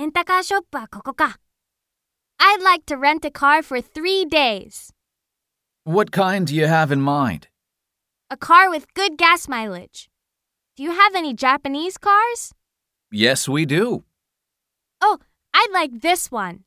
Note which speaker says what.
Speaker 1: ンタカーショップはここか。I'd like to rent a car for three days.
Speaker 2: What kind do you have in mind?
Speaker 1: A car with good gas mileage. Do you have any Japanese cars?
Speaker 2: Yes, we do.
Speaker 1: Oh, I'd like this one.